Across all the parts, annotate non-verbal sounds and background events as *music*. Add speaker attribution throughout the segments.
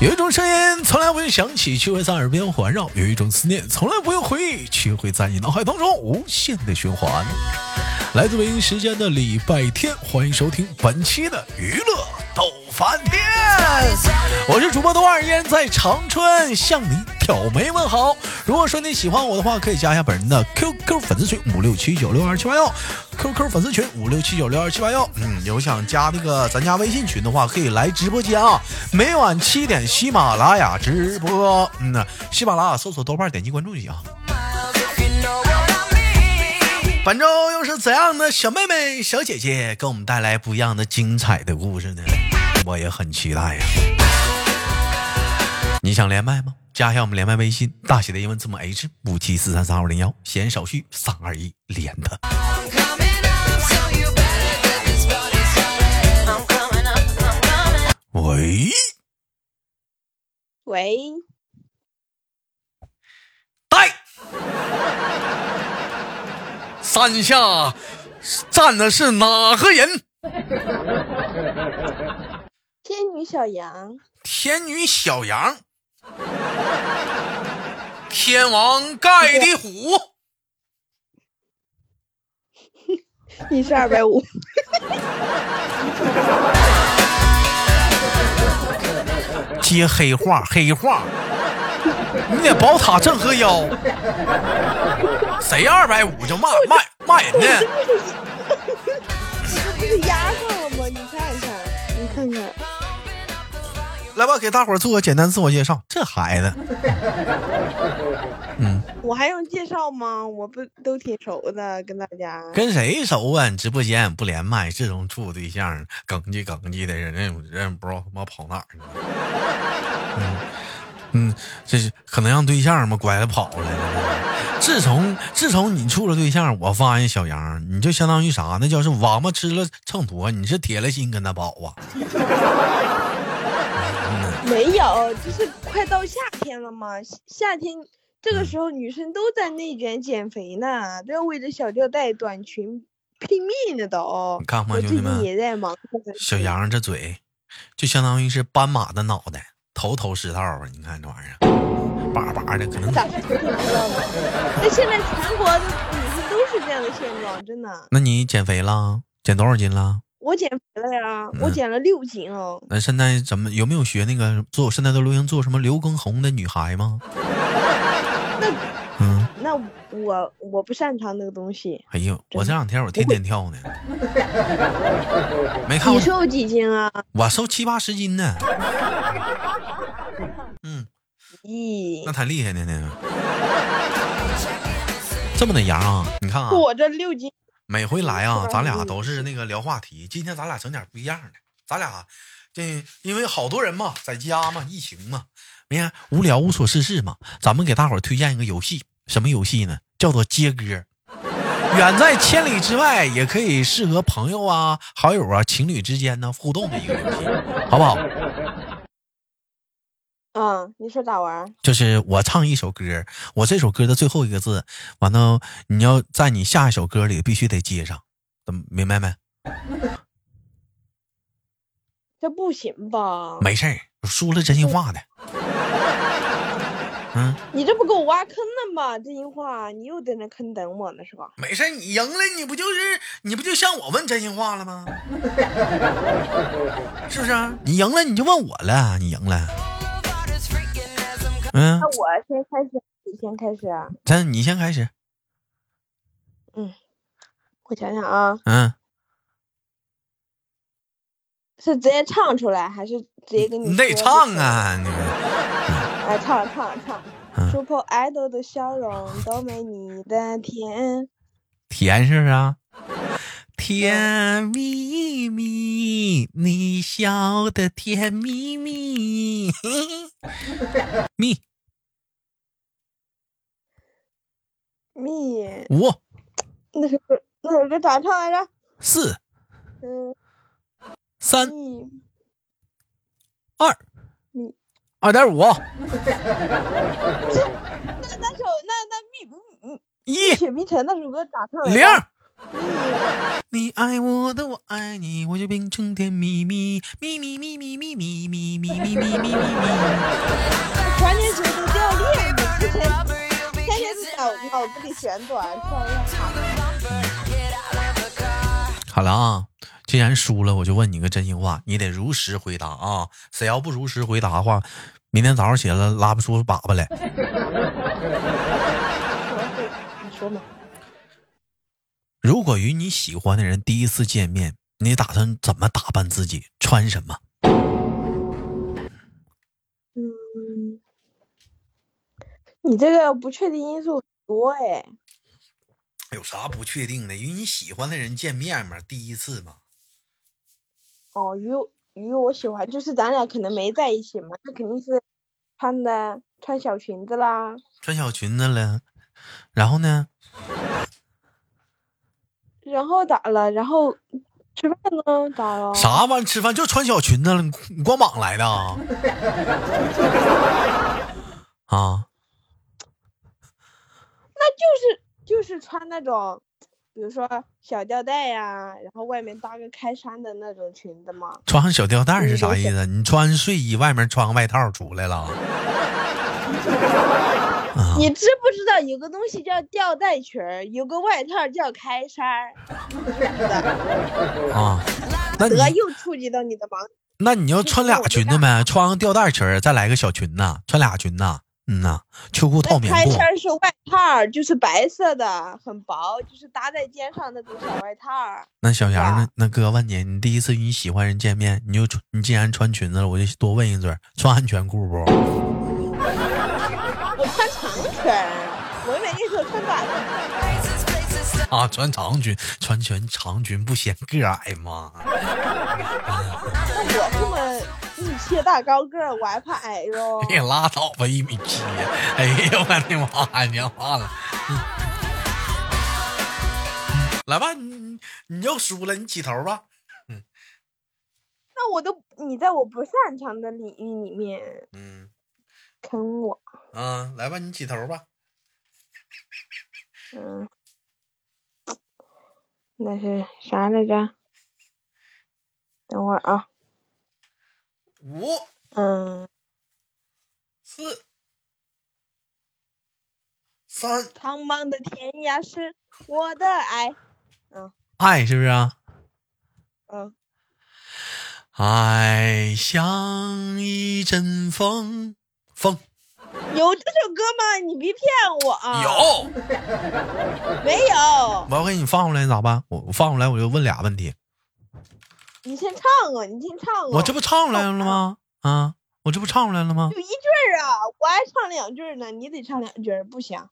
Speaker 1: 有一种声音从来不用响起，却会在耳边环绕；有一种思念从来不用回忆，却会在你脑海当中无限的循环。来自北京时间的礼拜天，欢迎收听本期的娱乐逗翻天，我是主播豆二，依然在长春向你挑眉问好。如果说你喜欢我的话，可以加一下本人的 QQ 粉丝群五六七九六二七八幺，QQ 粉丝群五六七九六二七八幺。嗯，有想加那个咱家微信群的话，可以来直播间啊，每晚七点喜马拉雅直播。嗯呐，喜马拉雅搜索豆瓣，点击关注一下。本周又是怎样的小妹妹、小姐姐给我们带来不一样的精彩的故事呢？我也很期待呀、你想连麦吗？加一下我们连麦微信，大写的英文字母 H 五七四三三二零幺，闲言少叙，三二一，连他。喂，
Speaker 2: 喂，
Speaker 1: 带。山下站的是哪个人？
Speaker 2: 天女小 *laughs* 羊，
Speaker 1: 天女小羊，天王盖地虎。
Speaker 2: 一是二百 *laughs* 五，
Speaker 1: 接黑话，黑话，你得宝塔镇河妖，谁二百五就骂骂骂人呢？
Speaker 2: 不是压上了吗？你看看，你看看，
Speaker 1: 来吧，给大伙儿做个简单自我介绍。这孩子，
Speaker 2: 我还用介绍吗？我不都挺熟的，跟大家。
Speaker 1: 跟谁熟啊？你直播间不连麦，这种处对象耿叽耿叽的人，人人不知道他妈跑哪儿去了。嗯嗯，这是可能让对象嘛拐着跑了。自从自从你处了对象，我发现小杨，你就相当于啥？那叫是王八吃了秤砣，你是铁了心跟他跑啊。
Speaker 2: 没有，就是快到夏天了嘛，夏夏天这个时候女生都在内卷减肥呢，都要为了小吊带、短裙拼命的都。
Speaker 1: 你看嘛
Speaker 2: 我
Speaker 1: 兄
Speaker 2: 最
Speaker 1: 弟
Speaker 2: 近
Speaker 1: 们
Speaker 2: 也在忙这个事
Speaker 1: 小
Speaker 2: 情，
Speaker 1: 杨这嘴，就相当于是斑马的脑袋，头头是道啊！你看这玩意儿，叭叭的，可能
Speaker 2: 咋说你知道吗？那现在全国的女生都是这样的现状，真的。
Speaker 1: 那你减肥啦？减多少斤啦？
Speaker 2: 我减肥了呀，我
Speaker 1: 嗯
Speaker 2: 减了六斤哦。
Speaker 1: 那呃现在怎么有没有学那个做？现在都流行做什么刘畊宏的女孩吗？嗯，
Speaker 2: 那我我不擅长那个东西。
Speaker 1: 哎呦，
Speaker 2: 真
Speaker 1: 我这两天我天天跳呢， *laughs* 没看
Speaker 2: 你
Speaker 1: 我
Speaker 2: 瘦几斤啊？
Speaker 1: 我瘦七八十斤呢，嗯
Speaker 2: 咦
Speaker 1: 那，才厉害呢呢。 *laughs* 这么的杨啊，你看啊，
Speaker 2: 我这六斤，
Speaker 1: 每回来啊，
Speaker 2: 嗯
Speaker 1: 咱俩都是那个聊话题。今天咱俩整点不一样的，咱俩这因为好多人嘛，在家嘛，疫情嘛，没呀，无聊无所事事嘛。咱们给大伙儿推荐一个游戏，什么游戏呢？叫做接歌。远在千里之外，也可以适合朋友啊、好友啊、情侣之间呢互动的一个游戏，好不好？
Speaker 2: 嗯，你说咋玩？
Speaker 1: 就是我唱一首歌，我这首歌的最后一个字，完了你要在你下一首歌里必须得接上，怎么明白没？
Speaker 2: 这不行吧？
Speaker 1: 没事儿，说了真心话的。嗯，
Speaker 2: 你这不给我挖坑呢吗？真心话，你又在那坑等我呢是吧？
Speaker 1: 没事儿，你赢了，你不就是你不就向我问真心话了吗？ *laughs* 是不是啊？你赢了你就问我了，你赢了。嗯
Speaker 2: 那，我先开始，你先开始啊。
Speaker 1: 咱你先开始。
Speaker 2: 我想想啊，
Speaker 1: 嗯，
Speaker 2: 是直接唱出来还是直接跟
Speaker 1: 你
Speaker 2: 说
Speaker 1: 得
Speaker 2: 就
Speaker 1: 唱
Speaker 2: 行？
Speaker 1: 啊，那个
Speaker 2: 哎，唱唱唱
Speaker 1: 嗯
Speaker 2: ！Super Idol 的笑容都没你的甜。
Speaker 1: 甜是不是啊？甜蜜蜜，你笑得甜蜜蜜，蜜
Speaker 2: 蜜，
Speaker 1: 五
Speaker 2: *laughs* 那首歌那首歌咋唱来着？
Speaker 1: 四
Speaker 2: 嗯，
Speaker 1: 三
Speaker 2: 蜜。
Speaker 1: 二
Speaker 2: 嗯，
Speaker 1: 二点五，
Speaker 2: 那那首那那蜜不雪碧城那首歌咋唱来
Speaker 1: 玲
Speaker 2: 着？
Speaker 1: 儿。你爱我的，我爱你，我就变成甜蜜蜜蜜蜜蜜蜜蜜蜜蜜蜜蜜蜜蜜蜜。
Speaker 2: 传点酒都掉链子，之
Speaker 3: *laughs*
Speaker 2: 前天天
Speaker 3: Oh,
Speaker 2: 脑脑子里旋转，转呀转。
Speaker 1: 好了啊，既然输了，我就问你个真心话，你得如实回答啊！谁要不如实回答的话，明天早上起来拉不出粑粑来。
Speaker 2: 你说嘛？
Speaker 1: 如果与你喜欢的人第一次见面，你打算怎么打扮自己，穿什么？
Speaker 2: 嗯，你这个不确定因素很多哎。
Speaker 1: 有啥不确定的？与你喜欢的人见面嘛，第一次嘛。
Speaker 2: 哦，与我与我喜欢，就是咱俩可能没在一起嘛，那肯定是穿的穿小裙子啦，
Speaker 1: 穿小裙子了，然后呢？
Speaker 2: 然后咋了？然后吃饭呢？咋了？
Speaker 1: 啥玩意儿？吃饭就穿小裙子了？你你光膀来的啊？啊，
Speaker 2: 就是穿那种，比如说小吊带呀、然后外面搭个开衫的那种裙子嘛。
Speaker 1: 穿上小吊带儿是啥意思？你穿睡衣，外面穿个外套出来了？啊，
Speaker 2: 你知不知道有个东西叫吊带裙儿，有个外套叫开衫儿？
Speaker 1: 啊，那
Speaker 2: 得
Speaker 1: 你
Speaker 2: 又触及到你的盲。
Speaker 1: 那你要穿俩裙子呗，穿个吊带裙儿，再来个小裙子，穿俩裙子，嗯呐、秋裤套
Speaker 2: 那
Speaker 1: 棉
Speaker 2: 开
Speaker 1: 裤。
Speaker 2: 衫儿是外套儿，就是白色的，很薄，就是搭在肩上那种小外套儿。
Speaker 1: 那小杨
Speaker 2: 是
Speaker 1: 呢？那哥问你，你第一次与你喜欢人见面，你就穿你既然穿裙子了，我就多问一嘴儿，穿安全裤不？ *laughs*
Speaker 2: 我穿长裙儿，我以为那时候穿短的。
Speaker 1: 啊，穿长裙，穿全长裙不显个矮吗？ *laughs*
Speaker 2: 那我这么一米七的大高个儿，我还怕矮哟。
Speaker 1: 你拉倒吧，一米七！ *laughs* 哎呦我的妈呀，你话了！ *laughs* 嗯来吧，你你又输了，你起头吧。
Speaker 2: 那我都你在我不擅长的领域里面
Speaker 1: 嗯
Speaker 2: 坑我，
Speaker 1: 啊，来吧，你起头吧。
Speaker 2: 嗯，那是啥来着？等会儿啊，
Speaker 1: 五
Speaker 2: 嗯，
Speaker 1: 四三，
Speaker 2: 苍茫的天涯是我的爱，
Speaker 1: 爱是不是啊？
Speaker 2: 嗯，
Speaker 1: 爱像一阵风，风
Speaker 2: 有这首歌吗？你别骗我啊！
Speaker 1: 有。
Speaker 2: 没有？
Speaker 1: 我要给你放回来，你咋办？我我放回来，我就问俩问题。
Speaker 2: 你先唱啊，你先唱啊！
Speaker 1: 我这不唱出来了吗？啊，我这不唱出来了吗？
Speaker 2: 就一句儿啊，我还唱两句儿呢，你得唱两句儿，不行。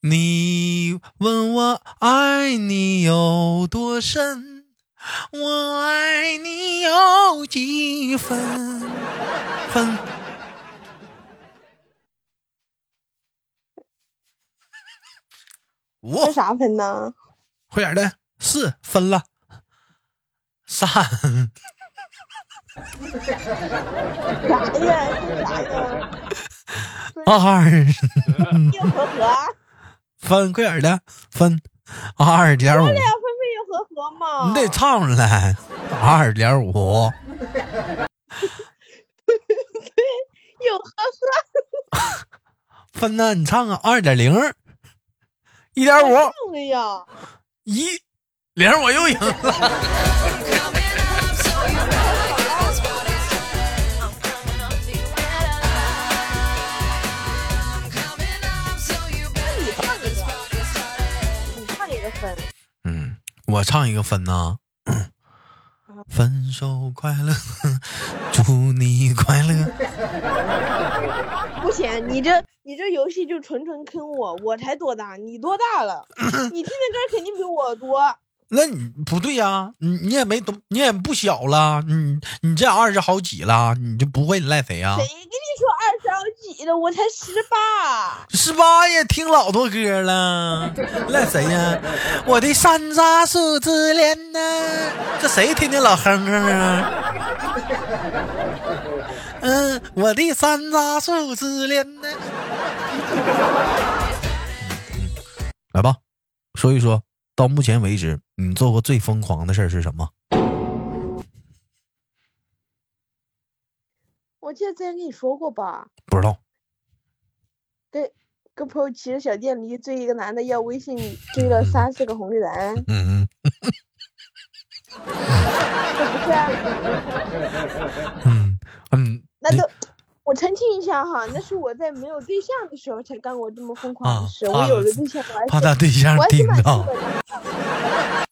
Speaker 1: 你问我爱你有多深，我爱你有几分？分五
Speaker 2: 这啥分呢？
Speaker 1: 快点的，四分了，三。
Speaker 2: 啥呀？这啥呀？
Speaker 1: 二
Speaker 2: 又和和啊，
Speaker 1: 分，快点儿的分，二点五，
Speaker 2: 这样分分又和和嘛。
Speaker 1: 你得
Speaker 2: *laughs*
Speaker 1: 唱出来，二点五，
Speaker 2: 又和和，
Speaker 1: 分呢？你唱个啊二点零，一点五，
Speaker 2: 唱了呀。
Speaker 1: 一零，我又赢了。
Speaker 2: 你唱一个，你唱一个分。
Speaker 1: 嗯，我唱一个分呢。分手快乐，祝你快乐。
Speaker 2: 不行，你这你这游戏就纯纯坑我，我才多大，你多
Speaker 1: *laughs*
Speaker 2: 大了？你听的歌肯定比我多。
Speaker 1: 那你不对呀、你你也没懂，你也不小了，你你这二十好几了，你就不会赖谁呀、
Speaker 2: 谁跟你说二十好几了？我才十八。
Speaker 1: 十八也听老多歌了，那谁呀？我的山楂树之恋呢？这谁天天老哼哼啊？嗯，我的山楂树之恋呢？来吧，说一说到目前为止你做过最疯狂的事儿是什么？
Speaker 2: 我记得之前跟你说过吧，
Speaker 1: 不知道，
Speaker 2: 跟朋友骑着小电驴追一个男的要微信，追了三四个红绿灯，
Speaker 1: 嗯
Speaker 2: 这不是啊？
Speaker 1: 嗯嗯嗯
Speaker 2: 那都，我澄清一下哈，那是我在没有对象的时候才干过这么疯狂
Speaker 1: 啊
Speaker 2: 的事。
Speaker 1: 怕
Speaker 2: 我有了对象，我还
Speaker 1: 怕
Speaker 2: 是
Speaker 1: 他对象
Speaker 2: 我还是
Speaker 1: 听
Speaker 2: 蛮记
Speaker 1: 着，
Speaker 2: 得的。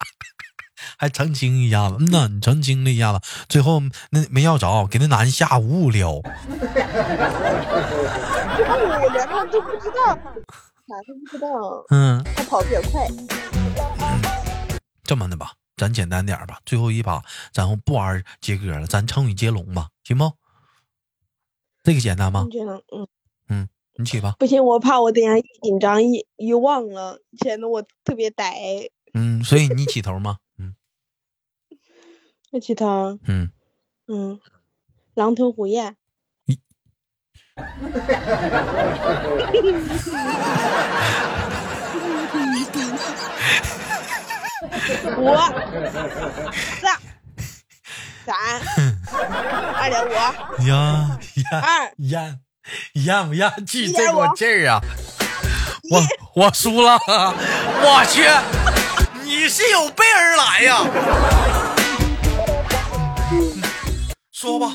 Speaker 1: 还澄清一下子。嗯呐，你澄清了一下子，最后那没要着，给那男的吓无无聊。
Speaker 2: 最后我连他都不知道，啥都不知道，
Speaker 1: 嗯，
Speaker 2: 他跑得比较快。
Speaker 1: 这么的吧，咱简单点儿吧，最后一把咱不玩接歌了，咱成语接龙吧，行不？这个简单吗
Speaker 2: 你？觉得？嗯，
Speaker 1: 你起吧。
Speaker 2: 不行，我怕我等一下一紧张一一忘了，显得我特别呆。
Speaker 1: 嗯，所以你起头吗？嗯
Speaker 2: 那其他，
Speaker 1: 嗯，
Speaker 2: 嗯，狼吞虎咽。五，四，三，二点五，
Speaker 1: 嗯 *laughs* 呀呀。
Speaker 2: 二，
Speaker 1: 咽咽不咽气
Speaker 2: 一
Speaker 1: 这
Speaker 2: 点
Speaker 1: 股
Speaker 2: 五
Speaker 1: 劲儿啊！我我输了，我去，你是有备而来呀、说吧，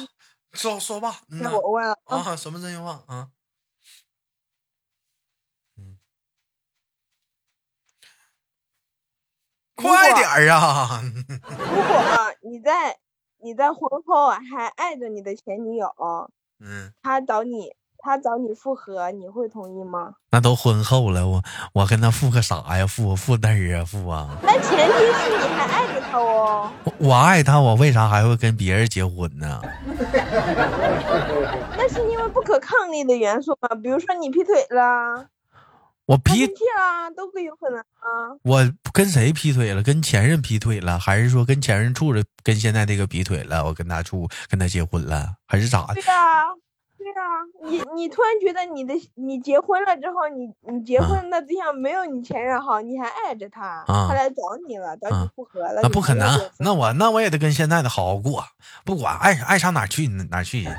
Speaker 1: 说说吧，嗯呐
Speaker 2: 那我问了，啊，
Speaker 1: 啊，什么真心话啊？嗯，
Speaker 2: 如果
Speaker 1: 快点儿啊！
Speaker 2: 如果你在你在婚后还爱着你的前女友，
Speaker 1: 嗯，
Speaker 2: 她找你，她找你复合，你会同意吗？
Speaker 1: 那都婚后了，我我跟他复个啥呀？复复那儿啊？复啊？
Speaker 2: 那前提是你还爱着她哦。
Speaker 1: 我我爱他，我为啥还会跟别人结婚呢？
Speaker 2: 那是因为不可抗力的元素嘛，比如说你劈腿啦、
Speaker 1: 我
Speaker 2: 他
Speaker 1: 劈
Speaker 2: 生，气啦，都会有可能啊。
Speaker 1: 我跟谁劈腿了？跟前任劈腿了，还是说跟前任处着，跟现在这个劈腿了？我跟他处，跟他结婚了，还是咋的
Speaker 2: 对？啊，对啊，你你突然觉得你的你结婚了之后，你你结
Speaker 1: 啊
Speaker 2: 婚的对象没有你前任好，你还爱着他，
Speaker 1: 啊
Speaker 2: 他来找你了，找
Speaker 1: 啊
Speaker 2: 你复合了，
Speaker 1: 那
Speaker 2: 你
Speaker 1: 不可
Speaker 2: 还要
Speaker 1: 能
Speaker 2: 结，
Speaker 1: 那我那我也得跟现在的好好过，不管爱爱上哪儿去哪儿去，
Speaker 2: 婚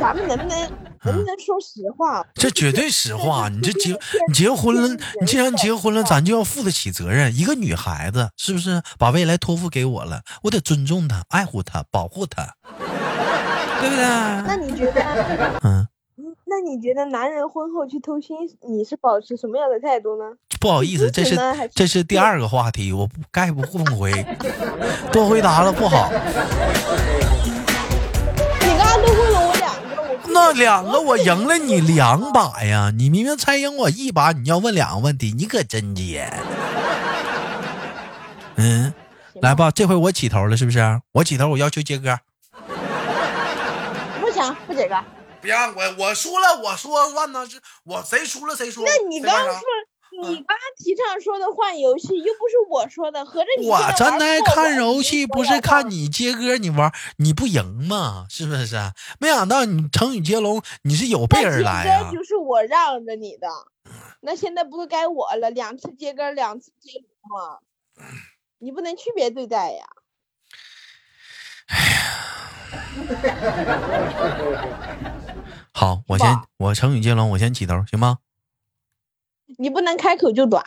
Speaker 2: 咱们能不能能不能说实话？
Speaker 1: 啊这绝对实 *laughs* 话。你这结你结婚了，你既然结婚了，咱就要负得起责任。一个女孩子是不是把未来托付给我了？我得尊重她，爱护她，保护她， *laughs* 对不
Speaker 2: 那
Speaker 1: 对？
Speaker 2: 你觉得，
Speaker 1: 嗯。
Speaker 2: 那你觉得男人婚后去偷腥，你是保持什么样的态度呢？
Speaker 1: 不好意思，这
Speaker 2: 支持
Speaker 1: 是
Speaker 2: 呢还是
Speaker 1: 这是第二个话题，我不概不奉回，多回答了不好。
Speaker 2: 你刚刚都问了我两个，我
Speaker 1: 那两个我赢了你两把呀，你明明才赢我一把，你要问两个问题，你可真贱。嗯，来吧，这回我起头了，是不是？我起头，我要求接歌。
Speaker 2: 不行，不解开。
Speaker 1: 不让我我输了，我说算呢，是我谁输了谁输。
Speaker 2: 那你
Speaker 1: 谁
Speaker 2: 刚
Speaker 1: 干
Speaker 2: 刚
Speaker 1: 啥
Speaker 2: 说，你刚刚提倡说的换游戏，又不是我说的，合着 *laughs* 你
Speaker 1: 我
Speaker 2: 现
Speaker 1: 站
Speaker 2: 玩
Speaker 1: 台
Speaker 2: 错
Speaker 1: 看
Speaker 2: 了
Speaker 1: 游戏，不是看。你接歌，你玩你不赢吗？是不是？啊没想到你成语接龙，你是有备
Speaker 2: 那
Speaker 1: 而
Speaker 2: 接
Speaker 1: 来
Speaker 2: 歌
Speaker 1: 啊！
Speaker 2: 就是我让着你的，那现在不是该我了？两次接歌，两次接龙吗？你不能区别对待呀！
Speaker 1: 好，我先
Speaker 2: 吧
Speaker 1: 我成语接龙，我先起头，行吗？
Speaker 2: 你不能开口就短，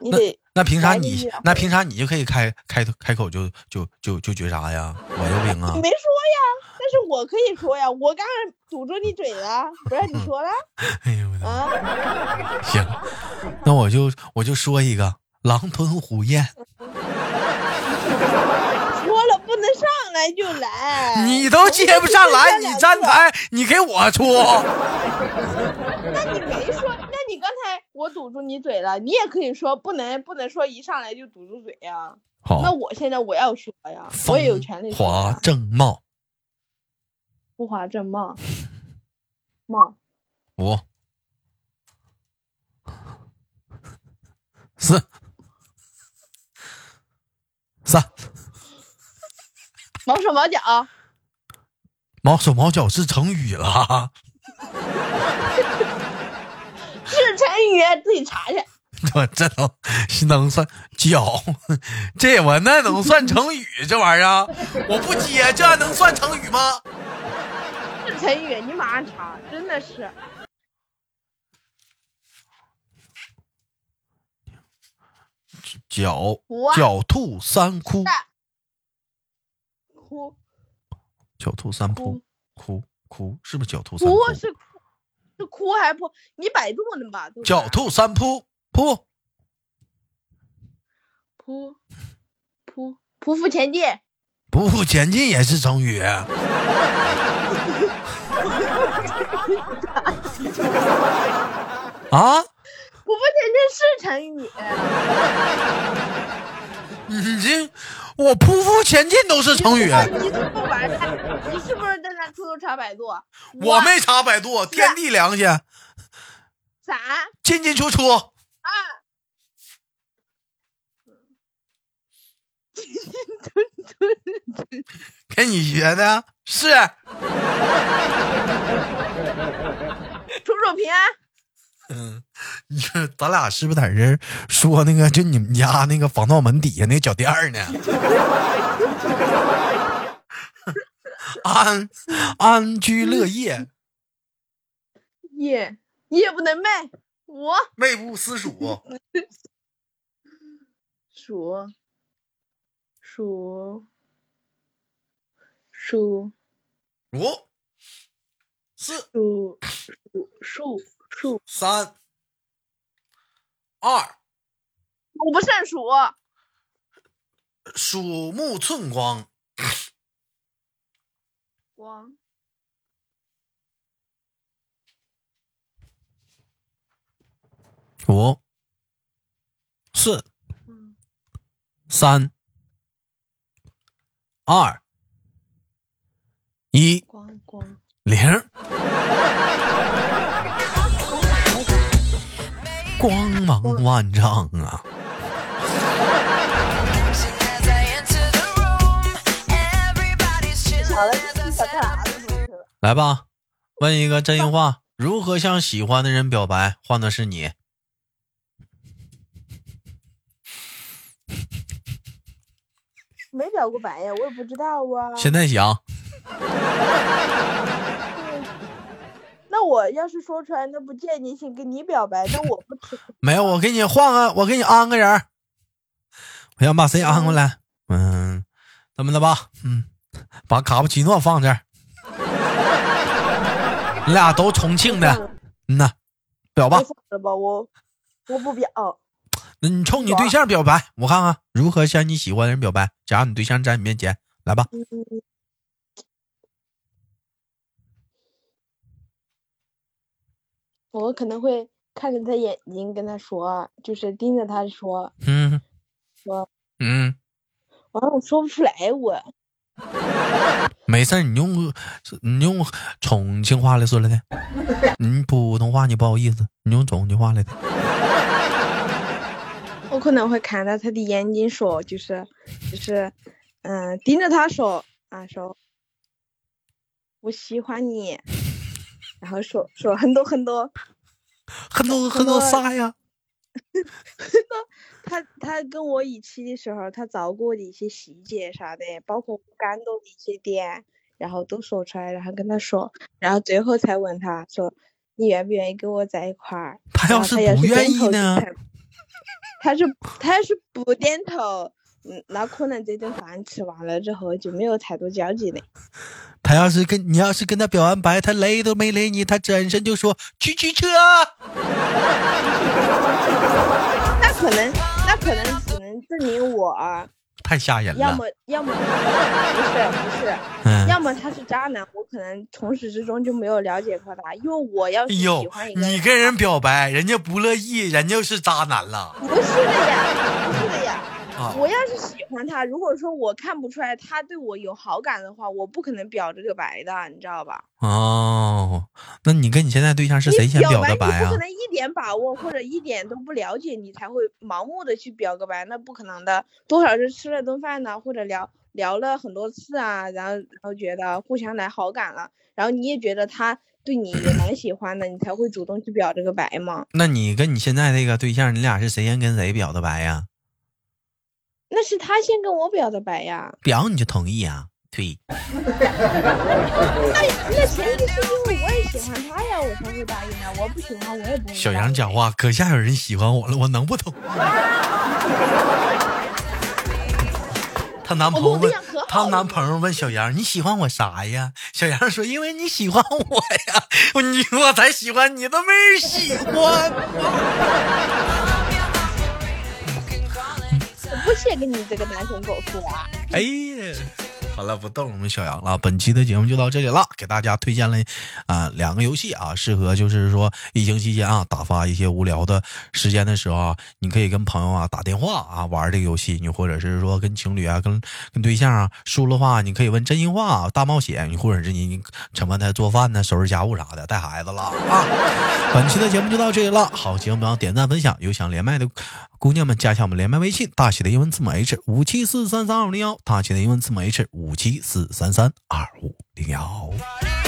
Speaker 2: 你得
Speaker 1: 那凭啥
Speaker 2: 来你
Speaker 1: 你
Speaker 2: 也
Speaker 1: 那凭啥你就可以开开开口就就就就绝杀呀？我就不赢
Speaker 2: *laughs*
Speaker 1: 啊
Speaker 2: 你！没说呀，但是我可以说呀，我刚刚堵住你嘴了，不让你说了
Speaker 1: 哎呦我的妈！
Speaker 2: 啊！
Speaker 1: 行，那我就我就说一个狼吞虎
Speaker 2: *laughs*
Speaker 1: 咽，
Speaker 2: 说了不能上来就来，
Speaker 1: 你都接不上来，你站台你给我出。
Speaker 2: 那你没说，那你刚才我堵住你嘴了，你也可以说不能不能说一上来就堵住嘴呀、
Speaker 1: 好
Speaker 2: *laughs* 那我现在我要说呀，我也有权利说
Speaker 1: 哦
Speaker 2: 啊
Speaker 1: 华
Speaker 2: 呀。
Speaker 1: 正茂，
Speaker 2: 不华正茂，茂
Speaker 1: 五、四、三，
Speaker 2: 毛手毛脚，
Speaker 1: 毛手毛脚是成语了。
Speaker 2: 是成语，家自己查去。
Speaker 1: 这这能能算脚，这我那能算成语这玩意儿啊？我不接，这能算成语吗？
Speaker 2: 是成语，你马上查，真的是。
Speaker 1: 狡
Speaker 2: 哇
Speaker 1: 狡兔三窟，
Speaker 2: 哭
Speaker 1: 狡兔三
Speaker 2: 哭
Speaker 1: 窟，窟窟是不是狡兔三窟？
Speaker 2: 哭是哭是哭还不？你百度呢吧？对不对
Speaker 1: 狡兔三窟扑，
Speaker 2: 匍匍匍匐前进，
Speaker 1: 不负前进也是成语。啊，
Speaker 2: 匍匐前进是成语，
Speaker 1: 你这我匍匐前进都是成语，啊
Speaker 2: 哇你是不是玩儿？你是不是在那偷偷查百度？啊
Speaker 1: 我没查百度，天地良心，
Speaker 2: 啥？ *laughs*
Speaker 1: 进进出出。跟你学的是
Speaker 2: 楚楚平安，
Speaker 1: 嗯，你说咱俩是不是在这儿说那个，就你们家那个防盗门底下那个脚垫儿呢？ *laughs* 安安居乐
Speaker 2: *laughs*
Speaker 1: 业，
Speaker 2: 夜夜不能寐，我
Speaker 1: 内不私属，
Speaker 2: 鼠鼠鼠
Speaker 1: 五四
Speaker 2: 鼠鼠鼠鼠，
Speaker 1: 三二，
Speaker 2: 数不胜数，
Speaker 1: 鼠目寸光，
Speaker 2: 光
Speaker 1: 五四
Speaker 2: 嗯
Speaker 1: 三二一。
Speaker 2: 光光。
Speaker 1: 铃儿，光芒万丈啊！
Speaker 3: As I enter the room, everybody's chilling
Speaker 2: 好了，
Speaker 3: as
Speaker 2: 你
Speaker 3: I
Speaker 2: 小
Speaker 3: said
Speaker 2: 看啥子东西了？
Speaker 1: 来吧，问一个真心话：如何向喜欢的人表白？换的是你，
Speaker 2: 没表过白呀，我也不知道啊。
Speaker 1: 现在想，
Speaker 2: 那我要是说出来，那不建议性跟你表白，那我不吃。
Speaker 1: 没有，我给你换个，我给你安个人儿。我想把谁安过来？嗯，这么的吧，嗯，把卡布奇诺放这儿。你俩都重庆的，嗯呐，表吧
Speaker 2: 别。放了吧，我我不表。
Speaker 1: 那你冲你对象表白，我看看如何向你喜欢的人表白。假如你对象在你面前，来吧，
Speaker 2: 我可能会看着他眼睛跟他说，就是盯着他说，
Speaker 1: 嗯
Speaker 2: 我
Speaker 1: 嗯，
Speaker 2: 完了我说不出来我。
Speaker 1: 没事儿，你用你用重庆话来说 *laughs* 来的，你普通话你不好意思，你用重庆话来的，
Speaker 2: 我可能会看到他的眼睛说，就是就是，嗯，盯着他说啊说，我喜欢你，然后说说很多很多，
Speaker 1: 很多很多啥呀？
Speaker 2: 他他跟我一起的时候，他找过的一些细节啥的，包括我感动的一些点，然后都说出来，然后跟他说，然后最后才问他说，你愿不愿意跟我在一块儿？
Speaker 1: 啊他
Speaker 2: 然
Speaker 1: 要
Speaker 2: 后
Speaker 1: 是
Speaker 2: 他要
Speaker 1: 不
Speaker 2: 是
Speaker 1: 愿
Speaker 2: 点头
Speaker 1: 意
Speaker 2: 就
Speaker 1: 呢？
Speaker 2: 才？他是他要是不点头，嗯，那可能这顿饭吃完了之后就没有太多交集了。
Speaker 1: 他要是跟你要是跟他表完白，他勒都没勒你，他转身就说去去车。
Speaker 2: 那可能那可能只能证明我啊，
Speaker 1: 太吓人
Speaker 2: 要
Speaker 1: 了
Speaker 2: 么，要么不是不是。
Speaker 1: 嗯，
Speaker 2: 要么他是渣男，我可能从始至终就没有了解过他，因为我要
Speaker 1: 哎
Speaker 2: 是
Speaker 1: 呦
Speaker 2: 喜欢一，个人，
Speaker 1: 你跟人表白，人家不乐意，人家是渣男了
Speaker 2: 不是的呀，不是的呀，
Speaker 1: 啊！
Speaker 2: 我要是喜欢他，如果说我看不出来他对我有好感的话，我不可能表这个白的，你知道吧？
Speaker 1: 哦，那你跟你现在对象是谁
Speaker 2: 你
Speaker 1: 先
Speaker 2: 表
Speaker 1: 表的
Speaker 2: 白，
Speaker 1: 白
Speaker 2: 你不
Speaker 1: 啊
Speaker 2: 可？能一点把握或者一点都不了解，你才会盲目的去表个白，那不可能的。多少是吃了顿饭呢，或者聊聊了很多次啊，然后然后觉得互相来好感了，然后你也觉得他对你也蛮喜欢的，你才会主动去表这个白嘛。
Speaker 1: 那你跟你现在这个对象，你俩是谁先跟谁表的白啊呀？
Speaker 2: 那是他先跟我表的白呀，
Speaker 1: 表你就同意啊？对，
Speaker 2: 那前提是因为我也喜欢他呀，我才会答应啊，我不喜欢我也不会。
Speaker 1: 小杨讲，话可下有人喜欢我了，我能不 *laughs* 同意？她男朋友
Speaker 2: 我跟我对
Speaker 1: 问
Speaker 2: 象 *laughs* 可好，
Speaker 1: 她
Speaker 2: 了
Speaker 1: 男朋友问小杨：“你喜欢我啥呀？”小杨说：“因为你喜欢我呀，我你我才喜欢你，都没人喜欢。
Speaker 2: 我不屑跟你这个男神狗说啊。”
Speaker 1: 哎呀，好了，不逗我们小杨了。本期的节目就到这里了，给大家推荐了啊、两个游戏啊，适合就是说疫情期间啊，打发一些无聊的时间的时候啊，你可以跟朋友啊打电话啊玩这个游戏，你或者是说跟情侣啊，跟跟对象啊输了话，你可以问真心话、啊、大冒险，你或者是你你惩罚他做饭呢、收拾家务啥的，带孩子了啊。本期的节目就到这里了，好节目不要点赞分享，有想连麦的姑娘们加一下我们连麦微信，大写的英文字母 H 五七四三三二零幺，大写的英文字母啊 H 五七四三三二五零幺。
Speaker 3: Party
Speaker 1: 哎啊